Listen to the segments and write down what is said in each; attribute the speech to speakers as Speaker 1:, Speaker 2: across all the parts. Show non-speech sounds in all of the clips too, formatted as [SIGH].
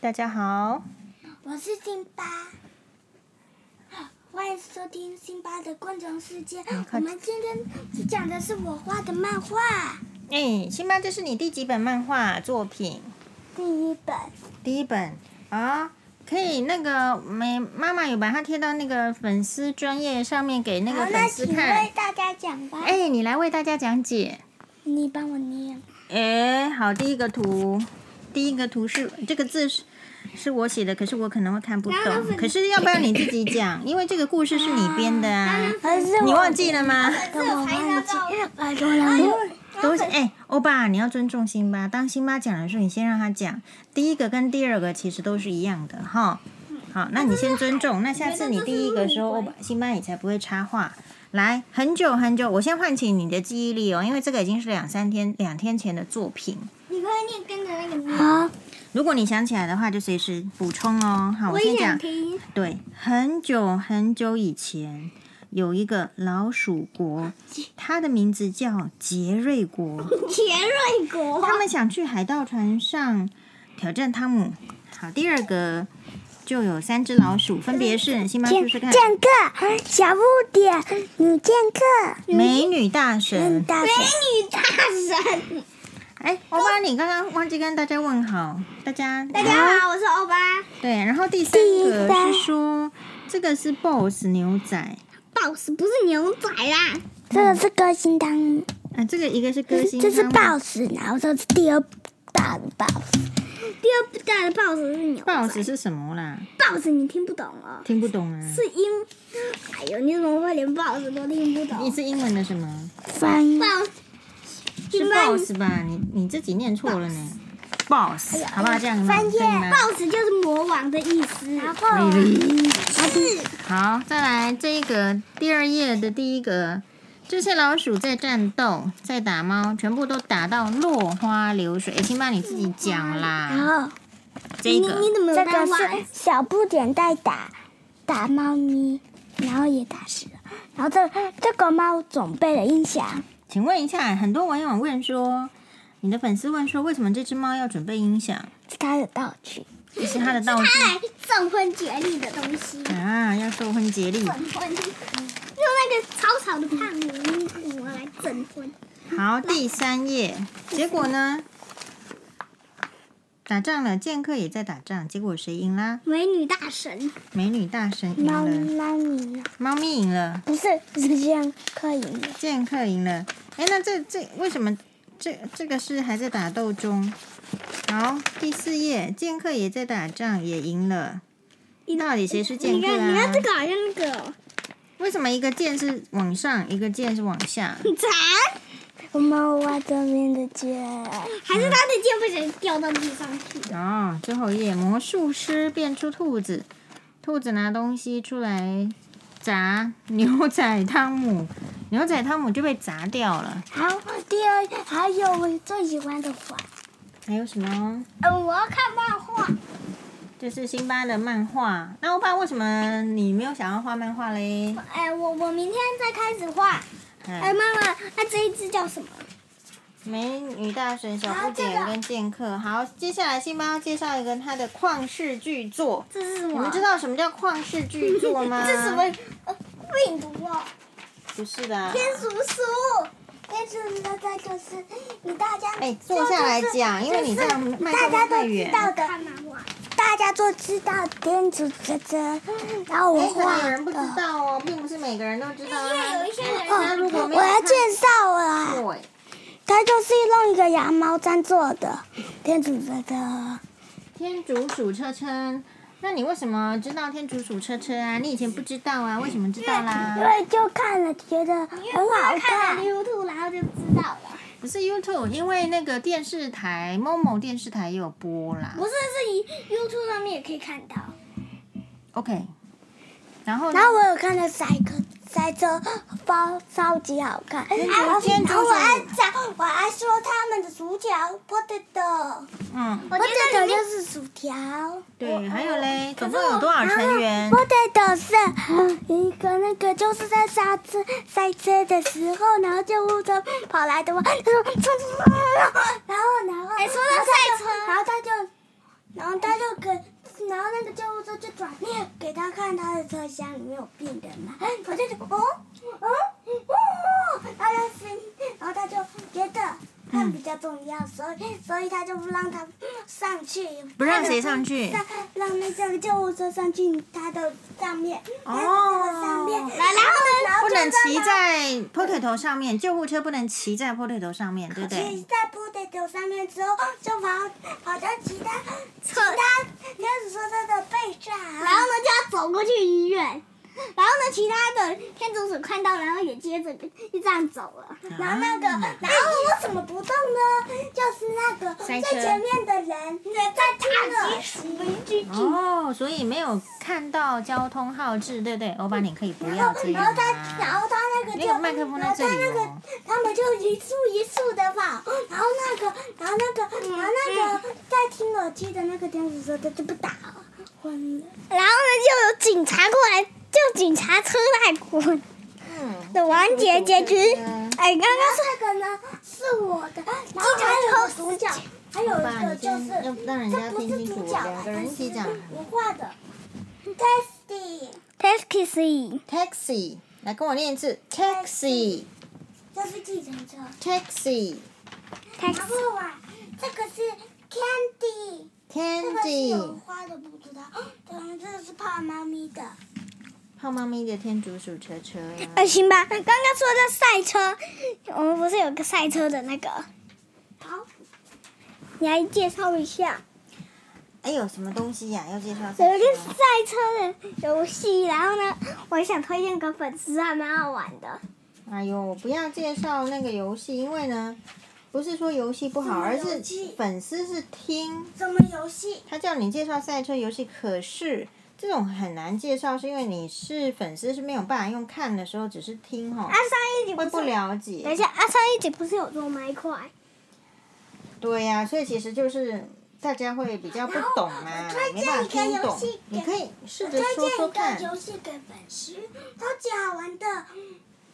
Speaker 1: 大家好，
Speaker 2: 我是辛巴，欢迎收听辛巴的观众世界。我
Speaker 1: 看
Speaker 2: 们今天讲的是我画的漫画，
Speaker 1: 哎，辛巴，这是你第几本漫画作品？
Speaker 2: 第一本。
Speaker 1: 第一本啊、可以那个没妈妈有把它贴到那个粉丝专业上面给那个
Speaker 2: 好，
Speaker 1: 粉
Speaker 2: 那
Speaker 1: 丝
Speaker 2: 请
Speaker 1: 看
Speaker 2: 为。大家讲吧。
Speaker 1: 哎，你来为大家讲解。
Speaker 2: 你帮我念。
Speaker 1: 哎，好，第一个图，第一个图是这个字是是我写的，可是我可能会看不
Speaker 2: 然后
Speaker 1: 懂。
Speaker 2: 粉
Speaker 1: 可是要不要你自己讲？因为这个故事是你编的啊，
Speaker 2: 可是
Speaker 1: 你忘记了哎吗？
Speaker 2: 可我忘记，拜托
Speaker 1: 都是哎，欧巴，你要尊重辛巴。当辛巴讲的时候，你先让他讲。第一个跟第二个其实都是一样的哈。好，那你先尊重。那下次你第一个时候，欧巴辛巴你才不会插话。来，很久很久，我先唤起你的记忆力哦，因为这个已经是两三天、两天前的作品。
Speaker 2: 你快念跟着那个念。好，
Speaker 1: 如果你想起来的话，就随时补充哦。好，我先讲。
Speaker 2: 听。
Speaker 1: 对，很久很久以前，有一个老鼠国，它的名字叫杰瑞国。
Speaker 2: 田瑞国。
Speaker 1: 他们想去海盗船上挑战汤姆。好，第二个就有三只老鼠，分别是辛巴叔叔看
Speaker 2: 客，小不点，女剑客，
Speaker 1: 美女大神。
Speaker 2: 大美女大神。
Speaker 1: 哎，欧巴，你刚刚忘记跟大家问好，大家嗯
Speaker 2: 大家好，我是欧巴
Speaker 1: 对。然后第三个
Speaker 2: 第三
Speaker 1: 是说，这个是 BOSS 牛仔。
Speaker 2: ，boss 不是牛仔啦，这个是歌星汤，
Speaker 1: 啊，这个一个是歌星，
Speaker 2: 这是
Speaker 1: 汤姆
Speaker 2: boss，然后这是第二大的 boss，第二大的 boss 是牛
Speaker 1: BOSS 是什么啦？
Speaker 2: boss 你听不懂哦，
Speaker 1: 听不懂啊。
Speaker 2: 是因，哎呦，你怎么会连 boss 都听不
Speaker 1: 你
Speaker 2: 懂
Speaker 1: 是英文的什么？
Speaker 2: 翻译
Speaker 1: 是 boss 吧？你你自己念错了呢。boss，好哎不好？这样很好可以吗
Speaker 2: ，boss 就是魔王的意思，然后是
Speaker 1: 好，再来这个第二页的第一格，这些老鼠在战斗，在打猫，全部都打到落花流水。哎，辛巴你自己讲啦，
Speaker 2: 后
Speaker 1: 这
Speaker 2: 你
Speaker 1: 个
Speaker 2: 你怎么有
Speaker 3: 这
Speaker 2: 带
Speaker 3: 个
Speaker 2: 袜
Speaker 3: 是小不点在打打猫咪，然后也打死了。然后这这个猫准备了音响，
Speaker 1: 请问一下，很多网友问说，你的粉丝问说，为什么这只猫要准备音响？
Speaker 3: 是它的道具。
Speaker 1: 这是它的道具
Speaker 2: 来证婚节力的东西。
Speaker 1: 啊，要受婚结力。
Speaker 2: 证婚，用那个草草的胖虎我来证婚。
Speaker 1: 好，第三页，结果呢？打仗了，剑客也在打仗，结果谁赢啦？
Speaker 2: 美女大神，
Speaker 1: 美女大神赢
Speaker 3: 猫
Speaker 1: 了，
Speaker 3: 猫咪呢？
Speaker 1: 猫咪赢了。
Speaker 3: 不是，是这样可以吗？
Speaker 1: 剑客赢了。哎，那这这为什么这这个是还在打斗中？好，第四页，剑客也在打仗，也赢了。到底谁是剑
Speaker 2: 你
Speaker 1: 客
Speaker 2: 看，你
Speaker 1: 啊
Speaker 2: 看？这个好像那个哦
Speaker 1: 为什么一个剑是往上，一个剑是往
Speaker 2: [LAUGHS]
Speaker 1: 下？
Speaker 2: 蝉，
Speaker 3: 我们挖这边的剑，
Speaker 2: 还是他的箭不小心掉到地上去的。
Speaker 1: 哦，最后一页，魔术师变出兔子，兔子拿东西出来砸牛仔汤姆，牛仔汤姆就被砸掉了。
Speaker 3: 还有第二，还有我最喜欢的花，
Speaker 1: 还有什么？
Speaker 2: 呃，我要看漫画，
Speaker 1: 这是辛巴的漫画。那欧巴，为什么你没有想要画漫画嘞？
Speaker 2: 哎，我我明天再开始画。哎，
Speaker 1: 哎，
Speaker 2: 妈妈，那这一只叫什么？
Speaker 1: 美女大神、小
Speaker 2: 好
Speaker 1: 不
Speaker 2: 啊这个
Speaker 1: 点跟剑客。好，接下来辛巴要介绍一个他的旷世巨作。
Speaker 2: 这是什
Speaker 1: 你
Speaker 2: 么？
Speaker 1: 们知道什么叫旷世巨作吗？
Speaker 2: [LAUGHS] 这是什么？？呃，病毒哦，
Speaker 1: 不是的。
Speaker 2: 天竺鼠。
Speaker 3: 但是那个就是你大家
Speaker 1: 哎，坐下来讲，因为你这样麦克
Speaker 3: 大家
Speaker 1: 风
Speaker 3: 都
Speaker 1: 太
Speaker 3: 知
Speaker 1: 远。
Speaker 3: 道的，
Speaker 2: 看漫画。
Speaker 3: 大家都知道天竺哥哥，然后我
Speaker 1: 哎，可能有
Speaker 3: 画
Speaker 1: 人不知
Speaker 3: 的。
Speaker 1: 道哦，并不是每个人都知道啊。
Speaker 2: 因为哎有一些人哦
Speaker 1: 他如果没有
Speaker 3: 哦我要
Speaker 1: 看
Speaker 3: 介绍了，
Speaker 1: 过，哎
Speaker 3: 它就是用一个羊毛毡做的天主哥哥。
Speaker 1: 天竺鼠车车。那你为什么知道天竺鼠车车啊？你以前不知道啊，为什么知道
Speaker 3: 因
Speaker 1: 啦？
Speaker 3: 为就看了觉得很好
Speaker 2: 看了
Speaker 3: 看，
Speaker 2: YouTube，然后就知道了。
Speaker 1: 不是 YouTube，因为那个电视台某某电视台也有播啦
Speaker 2: 不。是，是你 YouTube 上面也可以看到。
Speaker 1: OK，然后呢
Speaker 3: 然后我有看了赛车赛车包超级好看，
Speaker 2: 嗯
Speaker 3: 然后
Speaker 1: 天竺
Speaker 3: 然后
Speaker 1: 鼠
Speaker 3: 我还讲我还说他们的薯条 potato
Speaker 1: 嗯，
Speaker 2: 我觉得
Speaker 3: potato
Speaker 2: 里面
Speaker 3: 就是薯条。啊
Speaker 1: 对，还有嘞，总共有多少成员？
Speaker 3: potato 是一个那个，就是在刹车赛车的时候，然后救护车跑来的话，他说冲冲冲冲，冲然后然后
Speaker 2: 哎说到
Speaker 3: 然后他就
Speaker 2: 赛车
Speaker 3: 然后他就然后他就给，然后那个救护车就转给他看他的车厢里面有病人嘛，我就觉得哦哦哦，他就心，然后他就觉得他比较重要，所以所以他就不让他上去，
Speaker 1: 不让谁上去
Speaker 3: 让让那个救护车上去他的上面，
Speaker 1: 哦
Speaker 3: 他的车上面，然后然后
Speaker 1: 不
Speaker 3: 就
Speaker 1: 能
Speaker 3: 让他
Speaker 1: 骑在 potato 上面，救护车不能骑在 potato 上面，对不
Speaker 3: 骑
Speaker 1: 对？
Speaker 3: 在 potato 上面之后，就跑跑到其他其他天使车车的背上，
Speaker 2: 然后呢就要走过去医院，然后呢其他的天竺鼠看到，然后也接着就这样走了。
Speaker 3: 然后那个，
Speaker 1: 啊
Speaker 3: 然后为什么不动呢？就是那个
Speaker 1: 塞
Speaker 3: 最
Speaker 1: 车
Speaker 3: 前面的人在打击邻居
Speaker 1: 哦，所以没有看到交通号志，对不对？欧巴，你可以不
Speaker 3: 然
Speaker 1: 要
Speaker 3: 后
Speaker 1: 这样
Speaker 3: 然后他，然
Speaker 1: 啊！
Speaker 3: 后他那个
Speaker 1: 那
Speaker 3: 就，
Speaker 1: 个麦克风在这里
Speaker 3: 然后他那
Speaker 1: 哦
Speaker 3: 个，他们就一束一束的跑，然后那个，然后那个，然后那个在听耳机的那个天使车，他就不打了，昏了。
Speaker 2: 然后呢就有警察过来，就警察车来过来
Speaker 1: 嗯
Speaker 2: 的完结结局。
Speaker 1: 啊
Speaker 2: 哎，刚
Speaker 3: 然后这个呢是我的，然后还有个主角，还有
Speaker 1: 爸
Speaker 3: 一个
Speaker 1: 你
Speaker 3: 就
Speaker 1: 先
Speaker 3: 是
Speaker 1: 要让人家
Speaker 3: 这不
Speaker 1: 听
Speaker 3: 是
Speaker 1: 清楚
Speaker 3: 主
Speaker 1: 哦
Speaker 3: 角，
Speaker 1: 两个人一起讲
Speaker 3: 这是我画的。Tasty，
Speaker 2: t a s k i s y
Speaker 1: taxi，来跟我念一次 taxi，taxi，taxi。
Speaker 3: 这是计程车。然后啊，这个是 Candy，这个是
Speaker 1: Candy，
Speaker 3: 有花的，不知道。然后这个啊是怕妈咪的，
Speaker 1: 胖妈咪的天竺鼠车车，
Speaker 2: 哎，行吧。刚刚说的赛车，我们不是有个赛车的那个，
Speaker 3: 好，
Speaker 2: 你来介绍一下。
Speaker 1: 哎有什么东西呀、要介绍什
Speaker 2: 有一个
Speaker 1: 么？
Speaker 2: 赛车的游戏，然后呢，我想推荐给粉丝，还蛮好玩的。
Speaker 1: 哎呦，不要介绍那个游戏，因为呢，不是说游戏不好，而
Speaker 3: 什么
Speaker 1: 是
Speaker 3: 游戏
Speaker 1: 粉丝是听
Speaker 3: 什么游戏？
Speaker 1: 他叫你介绍赛车游戏，可是这种很难介绍，是因为你是粉丝是没有办法用看的时候只是听哈
Speaker 2: 啊，，
Speaker 3: 哎
Speaker 2: 上一集不
Speaker 1: 会
Speaker 2: 是
Speaker 1: 不了
Speaker 2: 等一
Speaker 1: 解。
Speaker 2: 下，啊，上一集不是有做麦块？
Speaker 1: 对呀、所以其实就是大家会比较不懂嘛
Speaker 3: 然后，我
Speaker 1: 没
Speaker 3: 推
Speaker 1: 办
Speaker 3: 荐
Speaker 1: 法
Speaker 3: 一个
Speaker 1: 听懂
Speaker 3: 游戏。给
Speaker 1: 你可以试
Speaker 3: 我
Speaker 1: 着
Speaker 3: 推
Speaker 1: 说说
Speaker 3: 荐
Speaker 1: 看
Speaker 3: 一个，游戏给粉丝，超级好玩的。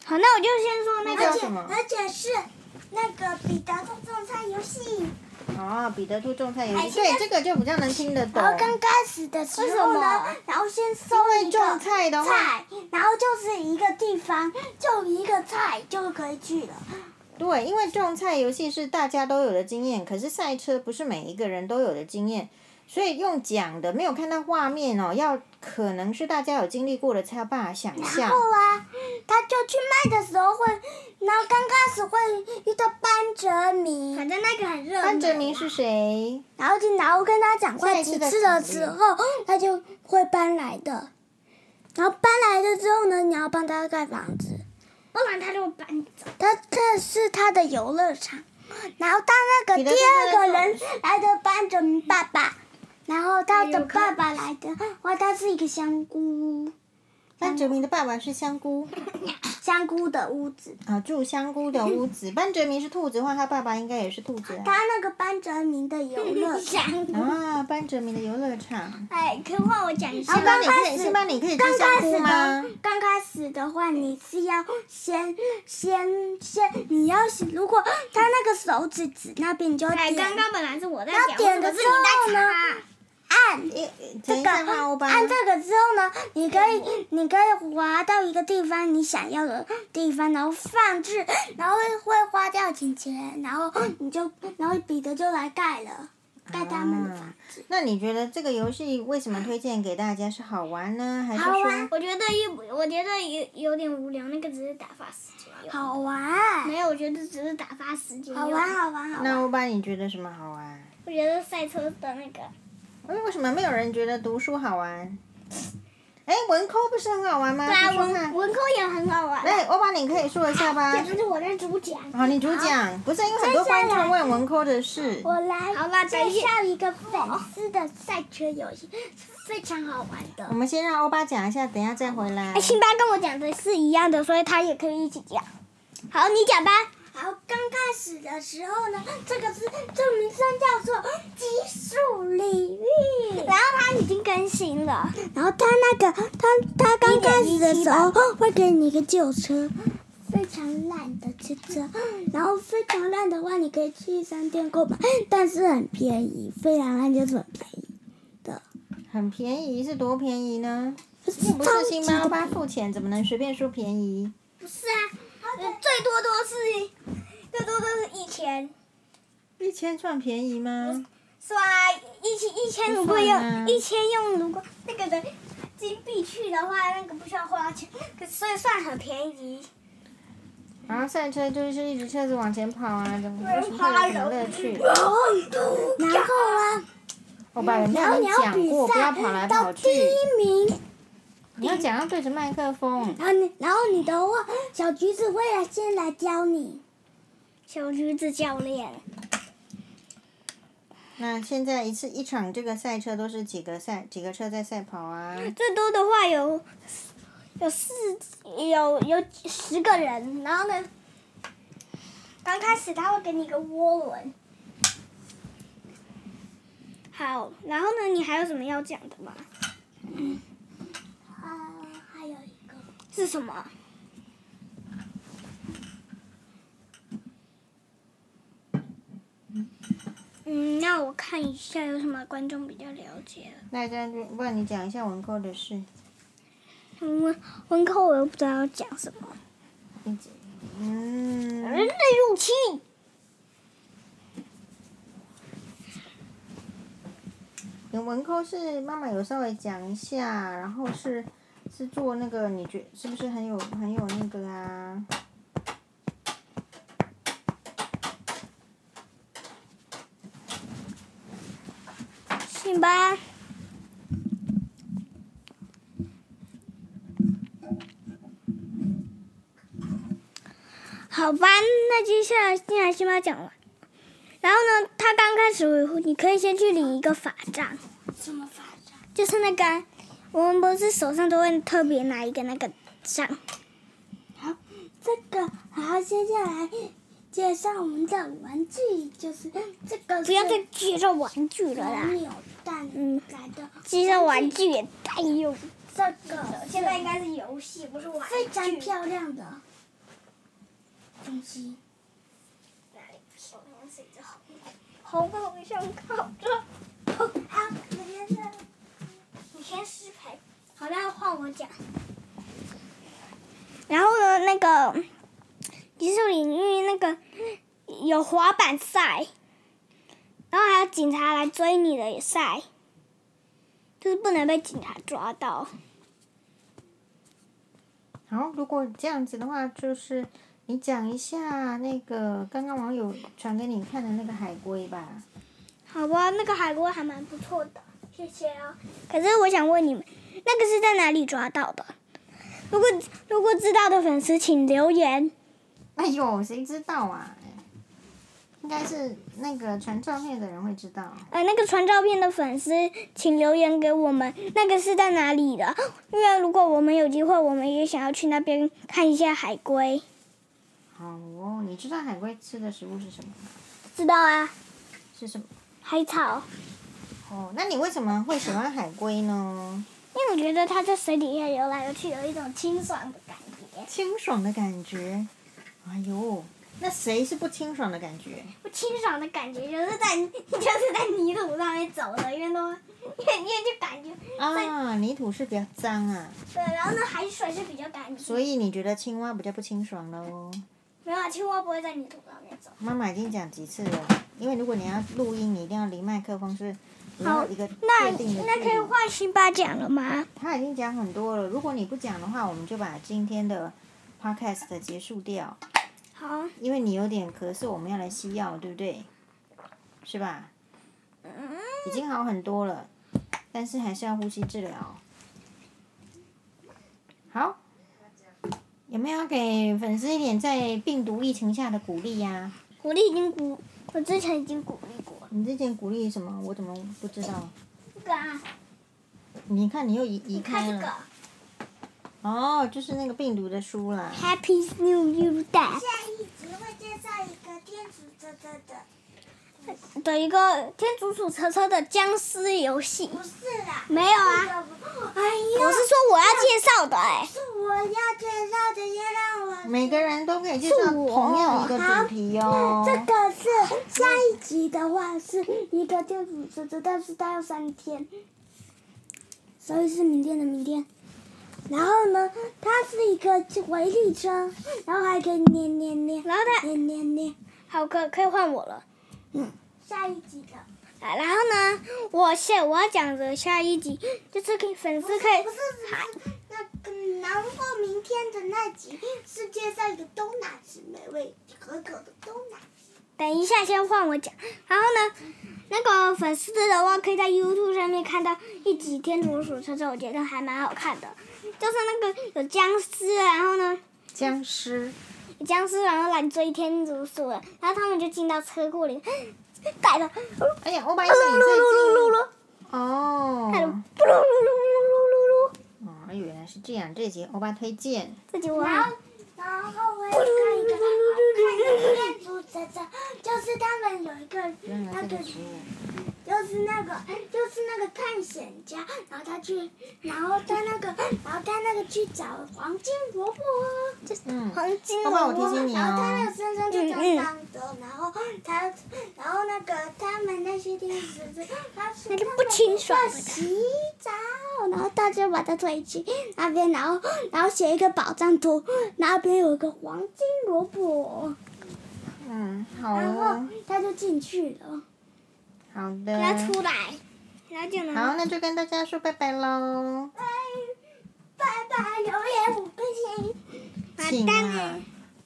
Speaker 2: 好，那我就先说那
Speaker 1: 叫
Speaker 3: 而
Speaker 2: 个
Speaker 3: 且
Speaker 1: 什么
Speaker 3: 而且是那个彼得兔种菜游戏。
Speaker 1: 哦，彼得兔种菜游
Speaker 3: 嗯哎
Speaker 1: 戏，
Speaker 3: 现在
Speaker 1: 对这个就比较能听得懂
Speaker 3: 然。后刚开始的时
Speaker 1: 为什
Speaker 3: 候呢
Speaker 1: 么，
Speaker 3: 然后先搜
Speaker 1: 因为
Speaker 3: 一个
Speaker 1: 种菜的话，
Speaker 3: 菜，然后就是一个地方，就一个菜就可以去了。
Speaker 1: 对，因为种菜游戏是大家都有的经验，可是赛车不是每一个人都有的经验，所以用讲的没有看到画面哦，要可能是大家有经历过的才有办法想
Speaker 3: 然
Speaker 1: 象。
Speaker 3: 后啊，他就去卖的时候会，然后刚开始会遇到班哲明，
Speaker 2: 反正那个很热门。
Speaker 1: 班哲明是谁？
Speaker 3: 然后就然后跟他讲
Speaker 1: 下
Speaker 3: 话
Speaker 1: 一次
Speaker 3: 几
Speaker 1: 的
Speaker 3: 次的
Speaker 1: 考虑
Speaker 3: 时候，他就会搬来的。然后搬来了之后呢，你要帮他盖房子。
Speaker 2: 不然他就搬走。
Speaker 3: 他这是他的游乐场，然后他那
Speaker 1: 彼
Speaker 3: 个
Speaker 1: 得
Speaker 3: 第
Speaker 1: 兔
Speaker 3: 二
Speaker 1: 在
Speaker 3: 个
Speaker 1: 做
Speaker 3: 人来的班哲明爸爸，然后他的爸爸来的，哇，他是一个香菇
Speaker 1: 班哲明的爸爸是香菇
Speaker 3: 香菇的屋子，
Speaker 1: 啊，住香菇的屋子。班哲明是兔子的话，他爸爸应该也是兔子啊。
Speaker 3: 他那个班哲明的游
Speaker 2: [LAUGHS]
Speaker 3: 乐场，
Speaker 1: 啊，班哲明的游乐
Speaker 3: 哦
Speaker 1: 场。
Speaker 2: 哎，可以换我讲一下
Speaker 1: 辛巴，
Speaker 2: 吗
Speaker 1: 你
Speaker 3: 刚
Speaker 1: 可
Speaker 3: 开
Speaker 1: 以，
Speaker 3: 始
Speaker 1: 辛巴，你可以
Speaker 3: 刚
Speaker 1: 吃香
Speaker 3: 开
Speaker 1: 菇
Speaker 3: 始
Speaker 1: 吗
Speaker 3: 的？刚开始的话，你是要先先先，你要先，如果他那个手指指那边，你就
Speaker 2: 哎，
Speaker 3: 点
Speaker 2: 刚刚本来是我在
Speaker 3: 要
Speaker 2: 讲，
Speaker 3: 点
Speaker 2: 可
Speaker 3: 的
Speaker 2: 是
Speaker 3: 时
Speaker 2: 你
Speaker 3: 候
Speaker 2: 在
Speaker 3: 呢
Speaker 2: 插。
Speaker 3: 按。
Speaker 1: 一等
Speaker 3: 这
Speaker 1: 一
Speaker 3: 个哦
Speaker 1: 下，换欧巴。
Speaker 3: 按这个之后呢，你可以你可以滑到一个地方，你想要的地方，然后放置，然后会花掉钱钱，然后你就然后彼得就来盖了，盖他们的房子。
Speaker 1: 啊那你觉得这个游戏为什么推荐给大家是好玩呢？还是
Speaker 3: 好
Speaker 1: 说
Speaker 3: 玩
Speaker 2: 我觉得一，我觉得有有点无聊，那个只是打发时间用。
Speaker 3: 好玩，
Speaker 2: 没有，我觉得只是打发时间用。
Speaker 3: 好玩，好玩，好
Speaker 1: 那
Speaker 3: 玩。
Speaker 1: 欧巴你觉得什么好玩？嗯
Speaker 2: 我觉得赛车的那个，
Speaker 1: 为为什么没有人觉得读书好玩？哎，文科不是很好玩吗？
Speaker 2: 对啊，
Speaker 1: 说说
Speaker 2: 文
Speaker 1: 看。
Speaker 2: 文科也很好玩。
Speaker 1: 来，欧巴你可以说一下吧
Speaker 2: 简。直是我在主讲。
Speaker 1: 好，你主讲，不是因为很多观众问文科的事。
Speaker 3: 我来
Speaker 2: 好啦，等
Speaker 3: 介
Speaker 2: 一下。
Speaker 3: 绍一个粉丝的赛车游戏，是非常好玩的
Speaker 1: 我。们先让欧巴讲一下，等一下再回来
Speaker 2: 哎，。辛巴跟我讲的是一样的，所以他也可以一起讲。好，你讲吧。
Speaker 3: 好，刚开始的时候呢，这个是这名称叫做极速领域。
Speaker 2: 然后他已经更新了，
Speaker 3: 然后他那个他他刚开始的时候会给你一个旧车，非常烂的旧车，然后非常烂的话，你可以去商店购买，但是很便宜，非常烂就是很便宜。
Speaker 1: 很便宜，是多便宜呢？又不是星巴克付钱，怎么能随便说便宜？
Speaker 2: 不是啊，最多都是最多都是一千，
Speaker 1: 一千算便宜吗？
Speaker 2: 是吧？一千一千嗯如果
Speaker 1: 不算啊
Speaker 2: 用一千用如果那个人金币去的话，那个不需要花钱，可所以算很便宜。
Speaker 1: 然后赛车就是一直车子往前跑啊，怎么
Speaker 2: 人
Speaker 1: 就是会有什么乐趣？
Speaker 3: 然后呢？
Speaker 1: 我把人家都讲过，不要跑来跑
Speaker 2: 嗯
Speaker 1: 去。
Speaker 3: 名，
Speaker 1: 你要讲要对着麦克
Speaker 2: 嗯
Speaker 1: 风，
Speaker 3: 然后你，然后你的话，小橘子会来先来教你。
Speaker 2: 小橘子教练，
Speaker 1: 那现在一次一场这个赛车都是几个赛几个车在赛跑啊？
Speaker 2: 最多的话有有四有有十个人，然后呢，刚开始他会给你一个涡轮。好，然后呢，你还有什么要讲的吗？哦
Speaker 3: 啊，还有一个，
Speaker 2: 是什么？嗯，那我看一下有什么观众比较了解了。
Speaker 1: 那这样就不然你讲一下文科的事。
Speaker 2: 嗯，文科我又不知道要讲什么。
Speaker 1: 你嗯，
Speaker 2: 人类入侵。
Speaker 1: 你文科是妈妈有稍微讲一下，然后是是做那个，你觉是不是很有很有那个啊？
Speaker 2: 行吧。好吧，那接下来进来辛巴讲完。然后呢，他刚开始，你可以先去领一个法杖，
Speaker 3: 什么法杖？
Speaker 2: 就是那个啊我们不是手上都会特别拿一个那个杖，
Speaker 3: 好，这个，然后接下来介绍我们的玩具，就是这个
Speaker 2: 不要再
Speaker 3: 是
Speaker 2: 介绍玩具了啦，
Speaker 3: 扭蛋
Speaker 2: 嗯
Speaker 3: 来的，
Speaker 2: 介绍玩具也太幼稚。
Speaker 3: 这个现在
Speaker 2: 应该是游戏，不是玩
Speaker 3: 非常漂亮的东西。
Speaker 2: 哪里漂亮？是一只猴，猴把我想烤着。
Speaker 3: 好，我先生，
Speaker 2: 你先失陪。好，那换我讲。然后呢，那个极速领域那个有滑板赛，然后还有警察来追你的赛，就是不能被警察抓到。
Speaker 1: 好，如果这样子的话，就是你讲一下那个刚刚网友传给你看的那个海龟吧。 [LAUGHS]
Speaker 2: 好吧，那个海龟还蛮不错的，谢谢哦。可是我想问你们，那个是在哪里抓到的？如果如果知道的粉丝，请留言。
Speaker 1: 哎呦，谁知道啊？应该是那个传照片的人会知道。
Speaker 2: 呃，那个传照片的粉丝，请留言给我们，那个是在哪里的？因为如果我们有机会，我们也想要去那边看一下海龟。
Speaker 1: 好哦，你知道海龟吃的食物是什么吗？
Speaker 2: 知道啊，
Speaker 1: 是什么？
Speaker 2: 海草，
Speaker 1: 哦，那你为什么会喜欢海龟呢？
Speaker 2: 因为我觉得它在水底下游来游去，有一种清爽的感觉。
Speaker 1: 清爽的感觉。哎呦，那谁是不清爽的感觉？
Speaker 2: 不清爽的感觉就是在就是在泥土上面走的，因为都因为因为就感觉
Speaker 1: 啊，泥土是比较脏啊，
Speaker 2: 对，然后呢，海水是比较干净，
Speaker 1: 所以你觉得青蛙比较不清爽喽？
Speaker 2: 没有啊青蛙不会在泥土上面走。
Speaker 1: 妈妈已经讲几次了，因为如果你要录音，你一定要离麦克风是你要一个
Speaker 2: 那
Speaker 1: 确定的
Speaker 2: 那
Speaker 1: 距
Speaker 2: 可以
Speaker 1: 离
Speaker 2: 换辛巴奖了吗？
Speaker 1: 他已经讲很多了，如果你不讲的话，我们就把今天的 podcast 结束掉，
Speaker 2: 好，
Speaker 1: 因为你有点咳嗽，我们要来西药，对不对？是吧？已经好很多了，但是还是要呼吸治疗。好，有没有给粉丝一点在病毒疫情下的鼓励呀、
Speaker 2: 鼓励已经鼓，我之前已经鼓励过了。
Speaker 1: 你之前鼓励什么？我怎么不知道？
Speaker 2: 这个啊，
Speaker 1: 你看你又移移
Speaker 2: 你看
Speaker 1: 开
Speaker 2: 这个
Speaker 1: 了。哦，就是那个病毒的书啦。
Speaker 2: Happy New Year Day
Speaker 3: 下一集会介绍一个天竺车车的，
Speaker 2: 的一个天竺鼠车车的僵尸游戏。
Speaker 3: 不是啦，
Speaker 2: 没有
Speaker 3: 这
Speaker 2: 啊，
Speaker 3: 个不哎
Speaker 2: 我
Speaker 3: 呀，
Speaker 2: 是说我要介绍的哎、
Speaker 3: 是我要介绍的，要让我。
Speaker 1: 每个人都可以介绍同样一个主题哦。
Speaker 3: 这个是下一集的话是一个天竺车车，但是它要三天。所以是明天的明天。然后呢，它是一个回力车，然后还可以捏捏捏，
Speaker 2: 然后它
Speaker 3: 捏捏捏。嗯
Speaker 2: 好，可可以换我了。
Speaker 3: 下一集的
Speaker 2: 啊然后呢，我下我要讲的下一集就是可以粉丝可以
Speaker 3: 不是不是那个，然后明天的那集是介绍一个东南是美味可口的东南。
Speaker 2: 等一下先换我讲。然后呢，那个粉丝的话可以在 YouTube 上面看到一集《天竺鼠车车》，我觉得还蛮好看的，就是那个有僵尸，然后呢。
Speaker 1: 僵尸，
Speaker 2: 僵尸然后来追天竺鼠了，然后他们就进到车库里，改了，
Speaker 1: 哎呀，欧巴，因
Speaker 2: 噜
Speaker 1: 为
Speaker 2: 噜
Speaker 1: 你
Speaker 2: 噜噜
Speaker 1: 最
Speaker 2: 噜，
Speaker 1: 近哦
Speaker 2: 改了，噜噜噜噜噜噜噜。
Speaker 1: 哦，原来是这样。这集欧巴推荐，
Speaker 2: 这集我
Speaker 3: 然后，然后我也看一个好看的建筑车车，就是他们有一个
Speaker 1: 原来
Speaker 3: 那
Speaker 1: 这
Speaker 3: 个
Speaker 1: 个，食物
Speaker 3: 就是那个，就是那个探险家，然后他去，然后他那个，然后他那个去找黄金萝卜，
Speaker 1: 嗯，
Speaker 2: 黄金
Speaker 1: 欧巴，我提
Speaker 2: 哦，
Speaker 1: 醒你
Speaker 3: 然后他那
Speaker 1: 哦
Speaker 3: 个，身上就长长的，然后他，然后那个他们那些天使，他是
Speaker 2: 那就不清爽了
Speaker 3: 洗澡，然后他就把他推去那边，然后然后写一个宝藏图，那边有一个黄金萝卜，
Speaker 1: 嗯，好
Speaker 3: 然后
Speaker 1: 哦，
Speaker 3: 他就进去了。
Speaker 1: 好
Speaker 2: 然
Speaker 1: 的
Speaker 2: 后，出来，然后就能
Speaker 1: 好，那就跟大家说拜拜喽，
Speaker 3: 拜拜拜，留言五颗星，
Speaker 1: 请啊，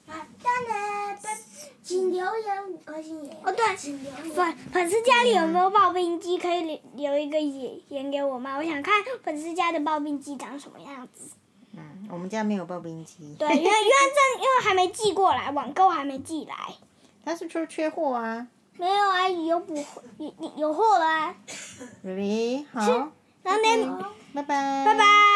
Speaker 3: 啊，当然，拜，请留言五颗星也。
Speaker 2: 哦对
Speaker 3: 请留言。
Speaker 2: 粉粉丝家里有没有刨冰机？可以留留一个言言给我吗？我想看粉丝家的刨冰机长什么样子。
Speaker 1: 嗯，我们家没有刨冰机，
Speaker 2: 对，因为因为这因为还没寄过来，网购还没寄来。
Speaker 1: 他是说缺货啊
Speaker 2: 没有啊，有补有有货了啊。
Speaker 1: ，really 好，
Speaker 2: 然后那
Speaker 3: 好
Speaker 1: 拜拜，
Speaker 2: 拜拜。